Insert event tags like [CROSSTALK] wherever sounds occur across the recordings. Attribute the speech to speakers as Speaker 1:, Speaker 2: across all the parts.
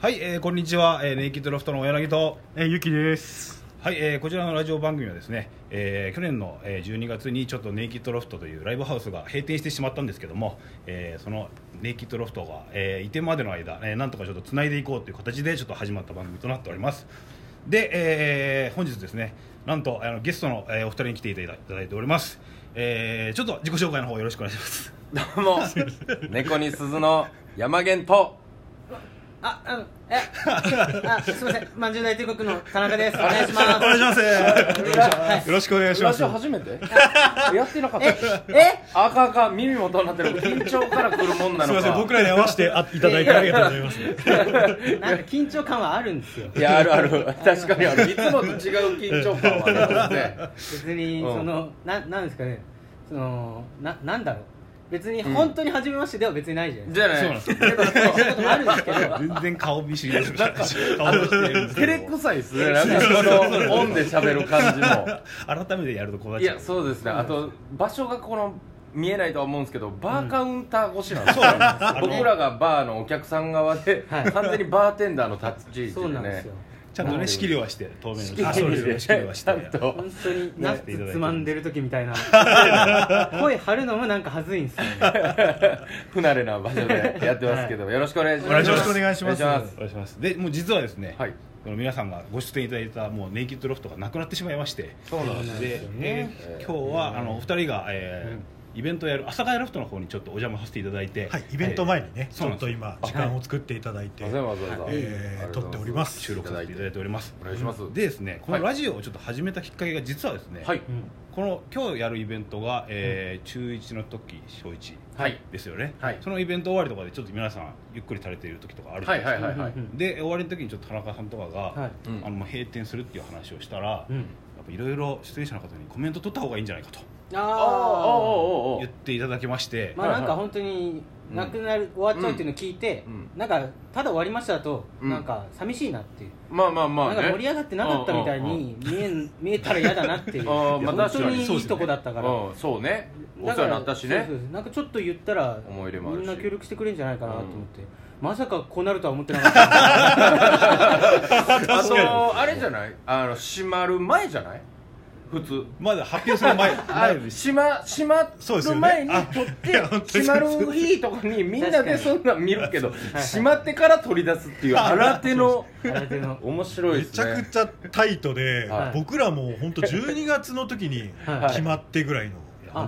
Speaker 1: はい、えーこんにちは、えーネイキッドロフトの柳と
Speaker 2: えゆきです
Speaker 1: はい、えーこちらのラジオ番組はですね、えー去年のえー12月にちょっとネイキッドロフトというライブハウスが閉店してしまったんですけども、えーそのネイキッドロフトが、えー移転までの間、えーなんとかちょっとつないでいこうという形でちょっと始まった番組となっておりますで、えー本日ですねなんとあのゲストの、えーお二人に来ていただいただいております、えーちょっと自己紹介の方よろしくお願いします
Speaker 3: どうも猫に鈴の山源と
Speaker 4: あ、あの、え、あ、すみません、まんじゅう大帝国の田中です。お願いしま
Speaker 1: お願いします
Speaker 4: はい
Speaker 2: よろしくお願いし
Speaker 3: ラ
Speaker 2: ま
Speaker 3: ジ
Speaker 2: す
Speaker 3: オ初めてやってなかっ
Speaker 4: す。え
Speaker 3: た、
Speaker 4: え、
Speaker 3: あかんあかん耳元になってる緊張からくるもんなのか
Speaker 2: すいません僕らに合わせてあいただいてありがとうございます
Speaker 4: なんか緊張感はあるんですよ。
Speaker 3: いやあるある確かにあるいつもと違う緊張感はあるね
Speaker 4: 別に、
Speaker 3: うん
Speaker 4: その、な、なんですかね。その、な、なんだろう。別に、本当に初めましてでは別にない [LAUGHS] じゃないで
Speaker 3: じゃあね
Speaker 1: そう
Speaker 4: すか。そうそういうこともあるんですけど。
Speaker 3: [LAUGHS]
Speaker 1: 全然顔見知りです
Speaker 3: あの照れくさいっすねなんかそのオンで喋る感
Speaker 1: [LAUGHS]
Speaker 3: じも
Speaker 1: 改めてやるとこうなっ
Speaker 3: い
Speaker 1: ちゃう
Speaker 3: やそうですねあと場所がこの見えないとは思うんですけどバーカウンター越しなんですよ、僕らがバーのお客さん側で、
Speaker 4: はい
Speaker 3: 完全にバーテンダーの立ち位置
Speaker 4: そうなんですよ。
Speaker 1: ちゃんとね仕切りはして透明の
Speaker 3: 仕切り
Speaker 1: あそうですよ仕切りはし
Speaker 3: ち
Speaker 1: て
Speaker 3: ゃんと
Speaker 4: 本当にナッ
Speaker 1: ね
Speaker 4: ツつまんでる時みたいな声張るのもなんか恥ずいんですよね
Speaker 3: 不慣れな場所でやってますけど、よろしくお願いします
Speaker 1: お願いします
Speaker 2: よろしくお願いします
Speaker 3: お願いし
Speaker 1: お願いしますでもう実はですね、
Speaker 3: はい
Speaker 1: この皆さんがご出演いただいたもうネイキッドロフトがなくなってしまいまして
Speaker 3: そうなんです
Speaker 1: で、えー今日はあのお二人が、えーイベントをやる朝霞ロフトの方にちょっとお邪魔させていただいて、
Speaker 2: はいイベント前にね
Speaker 1: えー
Speaker 2: ち
Speaker 1: そう
Speaker 2: ょ
Speaker 1: な
Speaker 2: っ
Speaker 1: んです
Speaker 2: と
Speaker 1: よ
Speaker 2: 今時間を作っていただいて
Speaker 3: わざわざわざ
Speaker 2: えー撮っております
Speaker 1: 収録させていただいております
Speaker 3: お願いします
Speaker 1: でですねこのラジオをちょっと始めたきっかけが実はですね、
Speaker 3: はい
Speaker 1: この今日やるイベントが、えー中1の時小1
Speaker 3: はい
Speaker 1: ですよね、
Speaker 3: はい
Speaker 1: そのイベント終わりとかでちょっと皆さんゆっくりされている時とかあるじゃ
Speaker 3: は
Speaker 1: ない
Speaker 3: い
Speaker 1: ですか、
Speaker 3: [LAUGHS] はいはいはい
Speaker 1: で終わりの時にちょっと田中さんとかが、
Speaker 4: はい
Speaker 3: うん
Speaker 1: あのもう閉店するっていう話をしたら、
Speaker 4: う
Speaker 1: やっ
Speaker 4: ん
Speaker 1: ぱいろいろ出演者の方にコメント取った方がいいんじゃないかと
Speaker 4: あ
Speaker 3: あーおーおーおーお
Speaker 1: 言っていただきまして、
Speaker 4: まあなんか本当になくなる、終わっちゃうっていうのを聞いて、
Speaker 3: うん
Speaker 4: なんかただ終わりましただと、
Speaker 3: うん
Speaker 4: なんか寂しいなっていう、
Speaker 3: まあまあまあ、ね、
Speaker 4: なんか盛り上がってなかったみたいに見えん見えたら嫌だなっていう
Speaker 3: [LAUGHS] あーまあ
Speaker 4: 本
Speaker 3: 確
Speaker 4: 当
Speaker 3: かに
Speaker 4: にいいとこだった
Speaker 3: う
Speaker 4: か
Speaker 3: ん
Speaker 4: ら、
Speaker 3: うんそうねお世話に
Speaker 4: だから
Speaker 3: なったし
Speaker 4: そう
Speaker 3: ね
Speaker 4: そうなんかちょっと言ったら
Speaker 3: 思い入れもあるし
Speaker 4: みんな協力してくれるんじゃないかなと思って、まさかこうなるとは思ってなかった [LAUGHS]
Speaker 3: あとあれじゃないあの閉まる前じゃない普通
Speaker 1: まだ発表する前
Speaker 3: あ
Speaker 1: 前です
Speaker 3: 閉ま閉ま
Speaker 2: そうですよ
Speaker 3: る
Speaker 2: ね
Speaker 3: 前に
Speaker 2: あ
Speaker 3: 取っ
Speaker 2: い
Speaker 3: て
Speaker 2: や本当に
Speaker 3: 閉まる日とかにみんなで
Speaker 4: 確か
Speaker 3: そんなん見るけど
Speaker 4: はい
Speaker 3: 閉まってから取り出すっていう新手の
Speaker 4: 空手の
Speaker 3: 面白い
Speaker 2: め
Speaker 3: で
Speaker 2: ち
Speaker 3: す
Speaker 2: ゃく
Speaker 3: ね
Speaker 2: ちゃタイトで
Speaker 3: はい
Speaker 2: 僕らも本当12月の時に
Speaker 4: はい
Speaker 2: 決まってぐらいの
Speaker 4: あ
Speaker 3: あ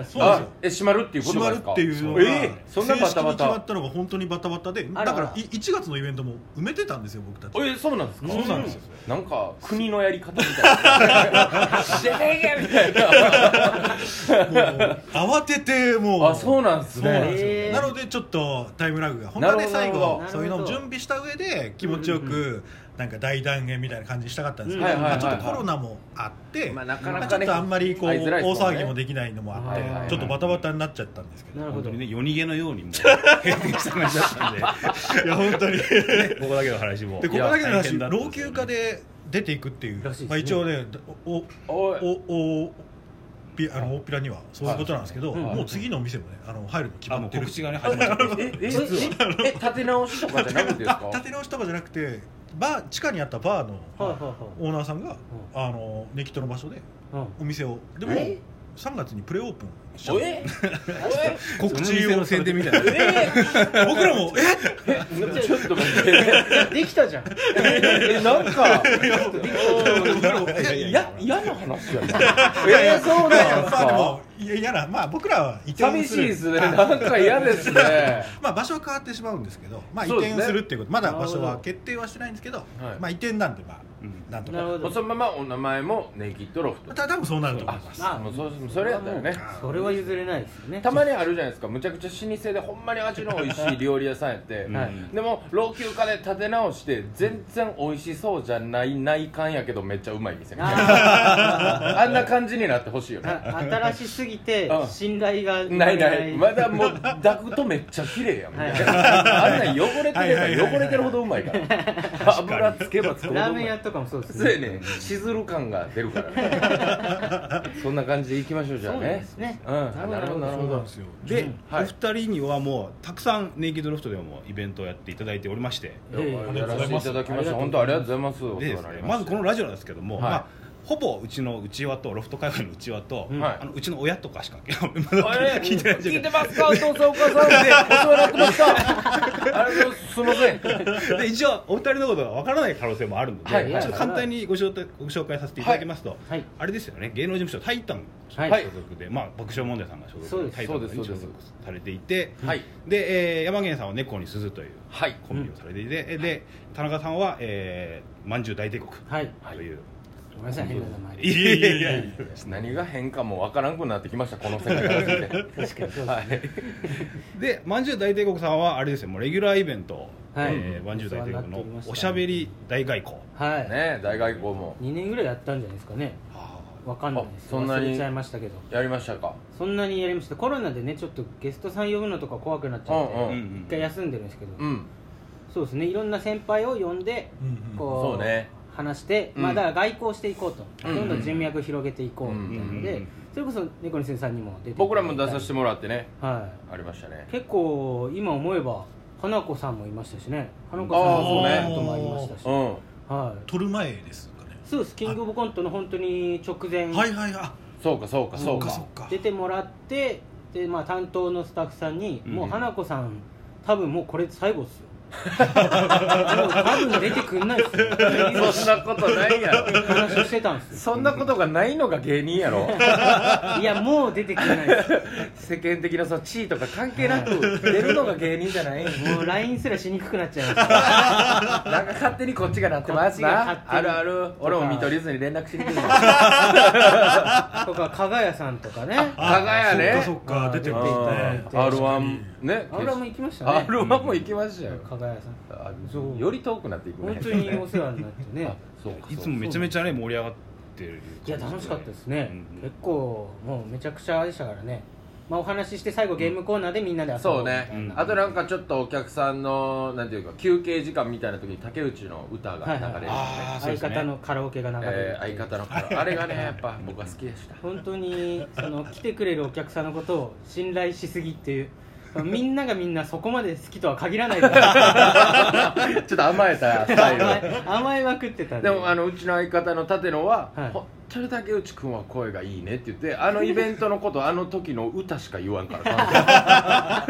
Speaker 3: あ
Speaker 4: そ
Speaker 2: そうな
Speaker 3: あ
Speaker 2: んですよ
Speaker 3: え閉まるっていうこ
Speaker 2: 閉
Speaker 3: と
Speaker 2: ま
Speaker 3: で
Speaker 2: る
Speaker 3: すか
Speaker 2: っていうの
Speaker 3: え
Speaker 2: が
Speaker 3: えそ
Speaker 2: 正
Speaker 3: ん
Speaker 2: 式
Speaker 3: な
Speaker 2: に
Speaker 3: バ
Speaker 2: 決
Speaker 3: タバ
Speaker 2: ま
Speaker 3: タ
Speaker 2: ったのが本当にバタバタで
Speaker 4: あら
Speaker 2: だからい1月のイベントも埋めてたんですよ僕たち
Speaker 3: えそうなんですか
Speaker 1: そうなんですよ
Speaker 3: なんか国のやり方みたいなしてねえみたいな
Speaker 2: もう慌ててもう
Speaker 3: あそうなんです
Speaker 2: そうなんです
Speaker 3: ね
Speaker 2: よ
Speaker 4: へー
Speaker 2: なのでちょっとタイムラグが本当はね
Speaker 3: なる
Speaker 2: 最
Speaker 3: ほど
Speaker 2: 後
Speaker 4: なるほど
Speaker 2: そういうのを準備した上で気持ちよくなんか大断言みたいな感じにしたかったんですけど
Speaker 4: うんはいはい
Speaker 2: ま
Speaker 4: は
Speaker 2: あ
Speaker 4: い
Speaker 2: ちょっとコロナもあって
Speaker 3: まあなかなかね
Speaker 2: まあちょっとあんまりこう
Speaker 3: 会
Speaker 2: 大
Speaker 3: いづらいですもんね
Speaker 2: 騒ぎもできないのもあ
Speaker 4: はいはいは
Speaker 2: っ
Speaker 4: い
Speaker 2: てちょっとバタバタになっちゃったんですけど
Speaker 4: なるほ
Speaker 1: 本
Speaker 4: ど
Speaker 1: 当にね夜逃げのようにもう閉店した話だったんで [LAUGHS]
Speaker 2: いや本当にで
Speaker 1: ここだけの話も
Speaker 2: こ
Speaker 1: い
Speaker 2: こだけの
Speaker 1: や大
Speaker 2: 話
Speaker 1: 変だった
Speaker 2: 老
Speaker 1: んですよ
Speaker 2: 朽化で出ていくってい
Speaker 4: ら
Speaker 2: う
Speaker 4: しいですね
Speaker 2: まあ一応ねお
Speaker 3: おい
Speaker 2: おおピあの大っぴらにはそういうことなんですけど
Speaker 4: はい
Speaker 2: もう次のお店もねあの入るの決ま
Speaker 1: あ
Speaker 2: っ
Speaker 1: もう
Speaker 2: てる
Speaker 1: 告知がね始まっちゃって
Speaker 3: [LAUGHS] えええええ立て直しとかじゃなくてです
Speaker 2: あ
Speaker 3: か
Speaker 2: [LAUGHS] 立て直しとかじゃなくてバー地下にあったバーの
Speaker 4: はいはいはい
Speaker 2: オーナーさんが、あのネキトの場所で
Speaker 4: うん
Speaker 2: お店をでも
Speaker 4: え
Speaker 2: 3月にプレオープンしちゃ
Speaker 3: お
Speaker 2: う
Speaker 3: え
Speaker 2: 告
Speaker 1: その
Speaker 2: 知
Speaker 1: 店
Speaker 2: を
Speaker 1: の宣伝みたい
Speaker 3: お
Speaker 1: な
Speaker 3: [LAUGHS] ええ
Speaker 2: 僕らもえ
Speaker 3: えちょっと待って
Speaker 4: できたじゃん
Speaker 3: えなんか
Speaker 1: いやい
Speaker 3: や
Speaker 1: や
Speaker 3: 嫌な話やなえそう
Speaker 2: いや
Speaker 3: な
Speaker 2: い
Speaker 3: ん
Speaker 2: や
Speaker 3: です
Speaker 2: まあで
Speaker 3: か
Speaker 2: もいやいやなまあ僕らは移
Speaker 3: 寂
Speaker 2: 転す
Speaker 3: しい
Speaker 2: る
Speaker 3: ですねなんか嫌ですね
Speaker 2: まあ場所は変わってしまうんですけどまあ移
Speaker 3: そうですね
Speaker 2: 転するっていうことまだ場所
Speaker 4: なるほ
Speaker 2: は
Speaker 4: ど
Speaker 2: 決定はしてないんですけど
Speaker 3: はい
Speaker 2: まあ移転なんでま
Speaker 1: う
Speaker 2: あ
Speaker 1: ん
Speaker 2: なんと
Speaker 4: なる
Speaker 2: か
Speaker 4: ほど
Speaker 3: そのままお名前もネイキッドロフト
Speaker 2: た多分そうなると思います
Speaker 4: まあ
Speaker 3: もうそそれやったよね
Speaker 4: それは譲れないですよね
Speaker 3: たまにあるじゃないですかむちゃくちゃ老舗でほんまに味の美味しい料理屋さんやって、
Speaker 1: うん
Speaker 4: はい
Speaker 3: でも老朽化で立て直して全然美味しそうじゃない内観やけどめっちゃうまい店みたいな
Speaker 4: あー
Speaker 3: あんな感じになってほしいよね
Speaker 4: あ新しすぎぎて
Speaker 3: うん
Speaker 4: 信頼が
Speaker 3: ないないま
Speaker 4: い
Speaker 3: だもうダクトめっちゃ綺麗やもん、
Speaker 4: はい
Speaker 3: あんなん汚れて
Speaker 2: はいはい
Speaker 3: れ
Speaker 2: はい
Speaker 3: ば
Speaker 2: はい
Speaker 3: 汚れてるほどうまいから油つけばつくほど
Speaker 4: ラ
Speaker 3: う
Speaker 4: ー
Speaker 3: ま
Speaker 4: メン屋
Speaker 3: い
Speaker 4: とかもそうです
Speaker 3: そうやねしずる感が出るからねそんな感じでいきましょうじゃあ
Speaker 4: そうで
Speaker 3: ね
Speaker 4: すね
Speaker 3: うんなるほどなるほ
Speaker 2: そうなん
Speaker 3: ど
Speaker 2: ですよ
Speaker 1: で、
Speaker 3: はい
Speaker 1: お二人にはもうたくさんネイキッドロフトでもイベントをやっていただいておりまして
Speaker 4: ええ
Speaker 3: やらせていただきました
Speaker 4: あり
Speaker 3: 本
Speaker 4: がとうございます
Speaker 3: 当ありがとうございますお
Speaker 1: で
Speaker 3: 世
Speaker 1: です
Speaker 3: 話にな
Speaker 1: ね
Speaker 3: り
Speaker 1: ま
Speaker 3: ま
Speaker 1: ず
Speaker 3: し
Speaker 1: このラジオなんですけども、
Speaker 3: はい
Speaker 1: まあ、ほぼうちのうちわとロフト界隈のうちわと、
Speaker 4: うん
Speaker 3: はい
Speaker 1: あのうちの親とかしか [LAUGHS] ま
Speaker 3: た
Speaker 1: だ
Speaker 3: ええ
Speaker 1: 聞いてないんです
Speaker 3: 聞い
Speaker 1: け
Speaker 3: てますかお父さんお母さんってお世話になってますかありがとうございますすいません
Speaker 1: どで一応お二人のことがわからない可能性もあるので、
Speaker 3: はいはい
Speaker 1: ちょっと簡単にご紹介ご紹介させていただきますと、
Speaker 4: はい
Speaker 1: あれですよね芸能事務所タイタン所
Speaker 4: はい
Speaker 1: 属で、まあ、爆笑問題さんが所
Speaker 4: そ
Speaker 1: 属
Speaker 4: うで
Speaker 1: ですタイタンに
Speaker 3: そうで
Speaker 1: 所
Speaker 3: すそうです
Speaker 1: 属されていて
Speaker 3: はい
Speaker 1: で、えー山源さんは「猫に鈴」という
Speaker 3: はい
Speaker 1: コンビをされていて、で田中さんは「えー、まんじゅう大帝国」
Speaker 4: はい
Speaker 1: という、
Speaker 4: ごめんなさい変な名前
Speaker 1: い、やいやいやいや
Speaker 3: 何が変かもわからんくなってきましたこの世界から [LAUGHS] で
Speaker 4: 確かにそうですね
Speaker 3: はい
Speaker 1: でまんじゅう大帝国さんはあれですよもうレギュラーイベント、
Speaker 4: はい
Speaker 1: えーまんじゅう大帝国
Speaker 4: お世話になっておりま
Speaker 1: の
Speaker 4: し
Speaker 1: 「
Speaker 4: た
Speaker 1: おしゃべり大外交
Speaker 4: はい、
Speaker 3: ね大外交も
Speaker 4: 2年ぐらいやったんじゃないですかね」わかんないです
Speaker 3: あそんなに
Speaker 4: 忘れちゃいましたけど
Speaker 3: やりましたか
Speaker 4: そんなにやりましたコロナでねちょっとゲストさん呼ぶのとか怖くなっちゃって、
Speaker 3: うんうん
Speaker 4: 一回休んでるんですけど、
Speaker 3: うん
Speaker 4: そうですねいろんな先輩を呼んで
Speaker 2: うんうん
Speaker 4: こう
Speaker 3: そうね
Speaker 4: 話して、
Speaker 3: うん
Speaker 4: まあ、だから外交していこうと、
Speaker 3: うん
Speaker 4: どんどん人脈を広げていこうみたいなので、
Speaker 1: うんうんうん
Speaker 4: それこそ猫に先生さんにも出ていただいたり
Speaker 3: 僕らも出させてもらってね
Speaker 4: は
Speaker 3: ありましたね
Speaker 4: い結構今思えば花子さんもいましたしね花子さん
Speaker 3: あー
Speaker 4: も
Speaker 3: そうね
Speaker 4: こともありましたし、
Speaker 3: うん
Speaker 4: はい
Speaker 2: 撮る前ですかね
Speaker 4: そうですキングオブコントの本当に直前、
Speaker 2: はいはいあ
Speaker 3: そうかそうかそ
Speaker 2: そうっか
Speaker 3: か
Speaker 2: そっか
Speaker 4: 出てもらってで、まあ、担当のスタッフさんに「
Speaker 1: うん
Speaker 4: もう花子さん多分もうこれ最後っすよ」 [LAUGHS] もう多分出てくんないっすよ」っていう
Speaker 3: [LAUGHS] そんなことないやろ
Speaker 4: 話をしてたんで
Speaker 3: [LAUGHS]
Speaker 4: す
Speaker 3: そんなことがないのが芸人 [LAUGHS] やろ
Speaker 4: [LAUGHS] よいやもう出てくんないっす
Speaker 3: 世間的なその地位とか関係なく出るのが芸人じゃない
Speaker 4: もう LINE すらしにくくなっちゃいました
Speaker 3: なんか勝手にこっちがなってます
Speaker 4: こっちが
Speaker 3: なあ
Speaker 4: 勝手
Speaker 3: る
Speaker 4: に
Speaker 3: ある俺も見取り図に連絡しにくいわ
Speaker 4: とか加賀谷さんとかね
Speaker 3: 加賀屋ね
Speaker 2: そっか
Speaker 4: あ
Speaker 2: そっか
Speaker 4: ー
Speaker 2: 出て
Speaker 4: う
Speaker 2: ますね
Speaker 4: ん
Speaker 3: r 1ね
Speaker 4: R1 も行きましたね
Speaker 3: R1 も行きましたよ
Speaker 4: 加賀谷さん
Speaker 3: あ
Speaker 4: そう
Speaker 3: より遠くなっていくね
Speaker 4: 本当にお世話になってね
Speaker 3: [LAUGHS] あそうかそうか
Speaker 1: いつもめちゃめちゃね盛り上がってる
Speaker 4: いや楽しかったですね、
Speaker 1: うん
Speaker 4: 結構もうめちゃくちゃあれでしたからね、まあ、お話しして最後ゲームコーナーでみんなで遊ぼ
Speaker 3: そう
Speaker 4: みたい
Speaker 3: ね
Speaker 1: うん
Speaker 4: な、
Speaker 3: あとなんかちょっとお客さんのなんていうか休憩時間みたいな時に竹内の歌が流れるんで、
Speaker 1: あーそうですね
Speaker 4: 相方のカラオケが流れる、
Speaker 3: えー相方のからあれがねやっぱ僕は好きでした [LAUGHS]
Speaker 4: 本当にその来てくれるお客さんのことを信頼しすぎっていうみんながみんなそこまで好きとは限らないから
Speaker 3: [LAUGHS] ちょっと甘えたスタイ
Speaker 4: 甘
Speaker 3: ル
Speaker 4: え甘えまくってたん
Speaker 3: でもあのうちの相方の舘野は、
Speaker 4: はい
Speaker 3: 本当に竹内君は声がいいねって言ってあのイベントのことあの時の歌しか言わんから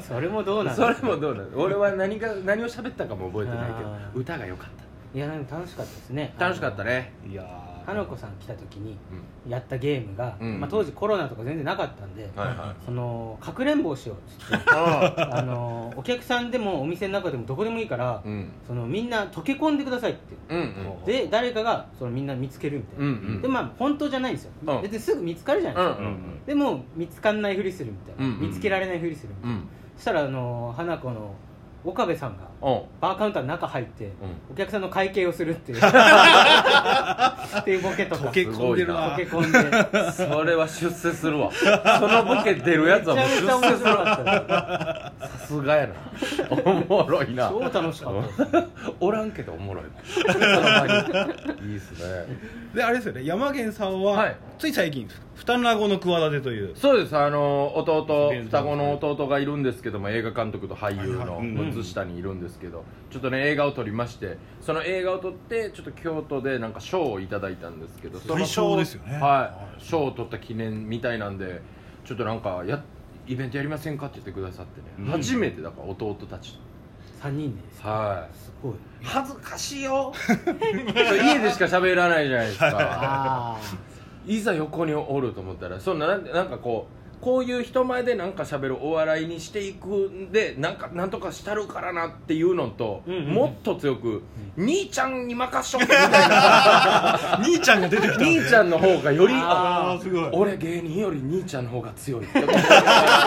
Speaker 4: それもどうなんです
Speaker 3: そ
Speaker 4: か
Speaker 3: れもどうなの俺は何が何を喋ったかも覚えてないけど
Speaker 4: あー
Speaker 3: 歌が良かっ
Speaker 4: いやでも楽しかったですね
Speaker 3: た楽しかったね
Speaker 1: いやー
Speaker 4: あの花子さん来た時に
Speaker 3: うん
Speaker 4: やったゲームが、
Speaker 3: うん
Speaker 4: まあ、当時コロナとか全然なかったんで、
Speaker 3: はいは
Speaker 4: そのかくれんぼをしようっつっ
Speaker 3: [LAUGHS]
Speaker 4: て
Speaker 3: い
Speaker 4: あのお客さんでもお店の中でもどこでもいいから、
Speaker 3: うん
Speaker 4: そのみんな溶け込んでくださいって
Speaker 3: うんうん
Speaker 4: で誰かがそのみんな見つけるみたいな、
Speaker 3: うんうん
Speaker 4: でまあ本当じゃないんですよ、
Speaker 3: うん
Speaker 4: 別にすぐ見つかるじゃないで
Speaker 3: う
Speaker 4: す
Speaker 3: ん
Speaker 4: か、
Speaker 1: うんうん
Speaker 4: でも見つかんないふりするみたいな、
Speaker 3: うんうん
Speaker 4: 見つけられないふりするみたい
Speaker 3: うん
Speaker 4: な、そしたらあの花子の岡部さんが
Speaker 3: うん
Speaker 4: バーカウンターの中入って、お客さんの会計をす
Speaker 3: [LAUGHS]
Speaker 4: るっていうっていうボケとか
Speaker 1: 溶け込んでる
Speaker 4: 溶
Speaker 1: な
Speaker 4: け込んで
Speaker 3: それは出世するわそのボケ出るやつはもう
Speaker 4: めちゃ
Speaker 3: 出
Speaker 4: めちゃ面
Speaker 3: 世す
Speaker 4: 白
Speaker 3: るわ
Speaker 4: かっ
Speaker 3: [LAUGHS]
Speaker 4: た
Speaker 3: さすがやなおもろいな
Speaker 4: 超楽しかったです
Speaker 3: おらんけどおもろいその場にいいっすね
Speaker 1: であれですよね山源さんは、
Speaker 3: はい
Speaker 1: つい最近二孫の企てという
Speaker 3: そうですあの弟双子の弟がいるんですけども映画監督と俳優の
Speaker 1: はいはいうん
Speaker 3: 松下にいるんですけどちょっとね映画を撮りましてその映画を撮ってちょっと京都でなんか賞をいただいたんですけどその
Speaker 2: 大賞ですよね
Speaker 3: はい賞を取った記念みたいなんでちょっとなんかやイベントやりませんかって言ってくださってね、
Speaker 1: うん
Speaker 3: 初めてだから弟たち
Speaker 4: 3人でです
Speaker 3: はい
Speaker 4: すごい
Speaker 3: 恥ずかしいよ家でしか喋らないじゃないですか
Speaker 4: ああ
Speaker 3: いざ横におると思ったらそんななんなんかこうこういう人前でなんか喋るお笑いにしていくんでなんかなんとかしたるからなっていうのと、
Speaker 4: うんうん
Speaker 3: もっと強く、兄ちゃんに任しとけみたいな
Speaker 2: 兄ちゃんが出てきた
Speaker 3: 兄ちゃんの方がより
Speaker 2: あーすごい
Speaker 3: 俺芸人より兄ちゃんの方が [LAUGHS] 強いって思う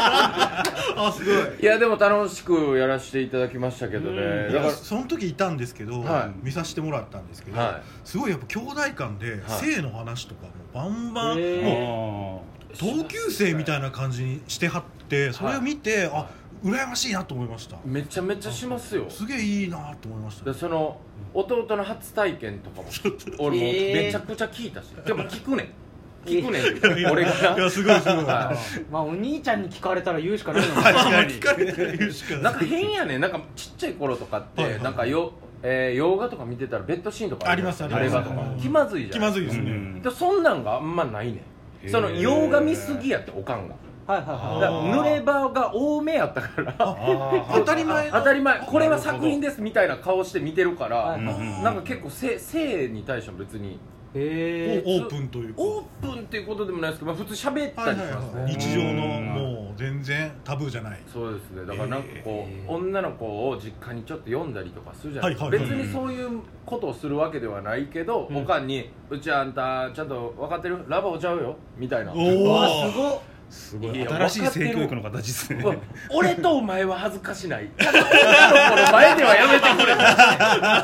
Speaker 2: あすごい
Speaker 3: いやでも楽しくやらせていただきましたけどね
Speaker 2: い
Speaker 3: だ
Speaker 2: や
Speaker 3: から
Speaker 2: その時いたんですけど、
Speaker 3: はい
Speaker 2: 見させてもらったんですけど、
Speaker 3: はい
Speaker 2: すごいやっぱ兄弟間で
Speaker 3: はい
Speaker 2: 性の話とかもバンバン、
Speaker 4: へー
Speaker 2: もう
Speaker 1: あ
Speaker 2: 同級生みたいな感じにしてはってそれを見
Speaker 3: は
Speaker 2: て、
Speaker 3: い
Speaker 2: あ羨ましいなと思いました
Speaker 3: めちゃめちゃしますよ
Speaker 2: すげえいいなと思いました
Speaker 3: でその弟の初体験とか
Speaker 2: [LAUGHS]
Speaker 3: も俺もめちゃくちゃ聞いたし、でも聞くねん聞く
Speaker 2: [LAUGHS]
Speaker 3: ねんっていうか俺
Speaker 2: いや
Speaker 3: が
Speaker 2: すごいすごい
Speaker 3: は
Speaker 4: [LAUGHS] まあお兄ちゃんに聞かれたら言うしか
Speaker 3: [LAUGHS]
Speaker 4: ないの
Speaker 2: 確
Speaker 4: か
Speaker 2: かに聞かれてるしか
Speaker 3: なん
Speaker 2: な
Speaker 3: か
Speaker 2: い
Speaker 3: 変やねんなんかちっちゃい頃とかっ
Speaker 2: はい
Speaker 3: て
Speaker 2: はい
Speaker 3: なんかよ、えー洋画とか見てたらベッドシーンとかるやん
Speaker 2: ありますあり
Speaker 3: あ
Speaker 2: ます
Speaker 3: れがとか
Speaker 2: うん
Speaker 3: 気まずいじゃん
Speaker 2: 気まずい
Speaker 1: で
Speaker 2: ですね、
Speaker 3: でそんなんがあんまないね
Speaker 1: へ
Speaker 3: ん
Speaker 1: ー
Speaker 3: その洋画見すぎやっておかんが
Speaker 4: はいはい
Speaker 3: だから
Speaker 4: は
Speaker 2: あー
Speaker 3: 濡れ場が多めやったから
Speaker 2: 当たり前の
Speaker 3: 当たり前これは作品ですみたいな顔して見てるから、
Speaker 4: はい
Speaker 3: なんか結構性性に対しても別に
Speaker 4: いへえ
Speaker 2: おオープンというか
Speaker 3: オープンっていうことでもないですけど、まあ、普通喋ったりしますね、
Speaker 2: はいはいはい、日常のもう全然タブーじゃない
Speaker 3: そうですねだからなんかこう、
Speaker 1: えー
Speaker 3: 女の子を実家にちょっと読んだりとかするじゃないですか、
Speaker 2: はいはいはい
Speaker 3: 別にそういうことをするわけではないけど、おかんに「うちあんたちゃんと分かってるラボちゃうよ」みたいな
Speaker 2: おー
Speaker 4: わあすごっ
Speaker 1: すご
Speaker 3: い
Speaker 1: い
Speaker 3: や
Speaker 1: 新しい性教育の形ですね
Speaker 3: うわ [LAUGHS] 俺とお前は恥ずかしないただ女の子の前ではやめてくれ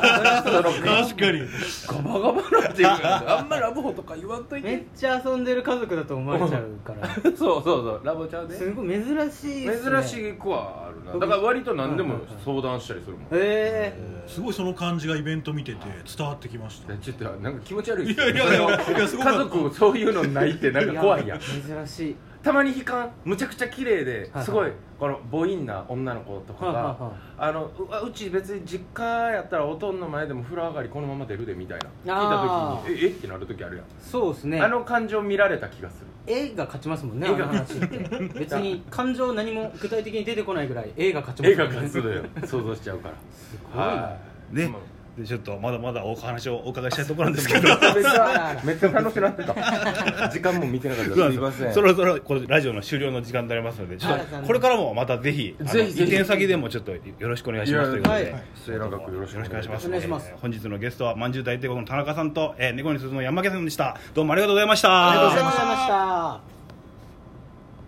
Speaker 3: ガバ
Speaker 2: 確かに
Speaker 3: ガバなんていうかあんまラボとか言わんとい
Speaker 4: めってちゃ遊んでる家族だと思われちゃう
Speaker 3: [LAUGHS]
Speaker 4: から
Speaker 3: そうそうそうラボちゃうです
Speaker 4: ごい珍しいっすね
Speaker 3: 珍しくはあるなだから割と何でも相談したりするもん
Speaker 4: へ
Speaker 2: すごいその感じがイベント見てて伝わってきました
Speaker 3: ちょっとなんか気持ち悪いっす
Speaker 2: いやいやいやいやすごかっ
Speaker 3: 家
Speaker 2: た
Speaker 3: 族そういうのないって
Speaker 4: え
Speaker 3: なんか怖いやん
Speaker 4: 珍しい
Speaker 3: たまに悲観むちゃくちゃ綺麗で
Speaker 4: はい
Speaker 3: すごいこの母音な女の子とか
Speaker 4: はいはい
Speaker 3: が
Speaker 4: は
Speaker 3: あのうわうち別に実家やったらおとんの前でも風呂上がりこのまま出るでみたいな聞
Speaker 4: あ
Speaker 3: い
Speaker 4: ー
Speaker 3: た時にええってなる時あるやん
Speaker 4: いそうですね
Speaker 3: あの感情見られた気がする
Speaker 4: 絵が勝ちますもんね
Speaker 3: 絵
Speaker 4: あ
Speaker 3: が
Speaker 4: の話って別に感情何も具体的に出てこないぐらい絵が勝ちます
Speaker 3: 映
Speaker 4: も
Speaker 3: 画
Speaker 4: んね
Speaker 3: 感するよ [LAUGHS] 想像しちゃうからす
Speaker 4: ごいな
Speaker 1: [LAUGHS] ねでちょっとまだまだお話をお伺いしたいところなんですけど
Speaker 3: めっちゃめっちゃ楽しくなってた時間も見てなかったすいませ
Speaker 1: [LAUGHS]
Speaker 3: ん
Speaker 1: そろそろこれラジオの終了の時間になりますのでちょっ
Speaker 4: は
Speaker 1: と
Speaker 4: い
Speaker 1: これからもまたぜひあの
Speaker 3: ぜひぜひ
Speaker 1: 移転先でもちょっとよろしくお願いしますということ
Speaker 4: いや
Speaker 1: で
Speaker 4: はい
Speaker 3: 末永くよろしくお願いします
Speaker 4: お願いします
Speaker 1: えー本日のゲストはまんじゅう大帝国の田中さんとえー猫に鈴の山家さんでしたどうもありがとうございました
Speaker 4: ありがとうございました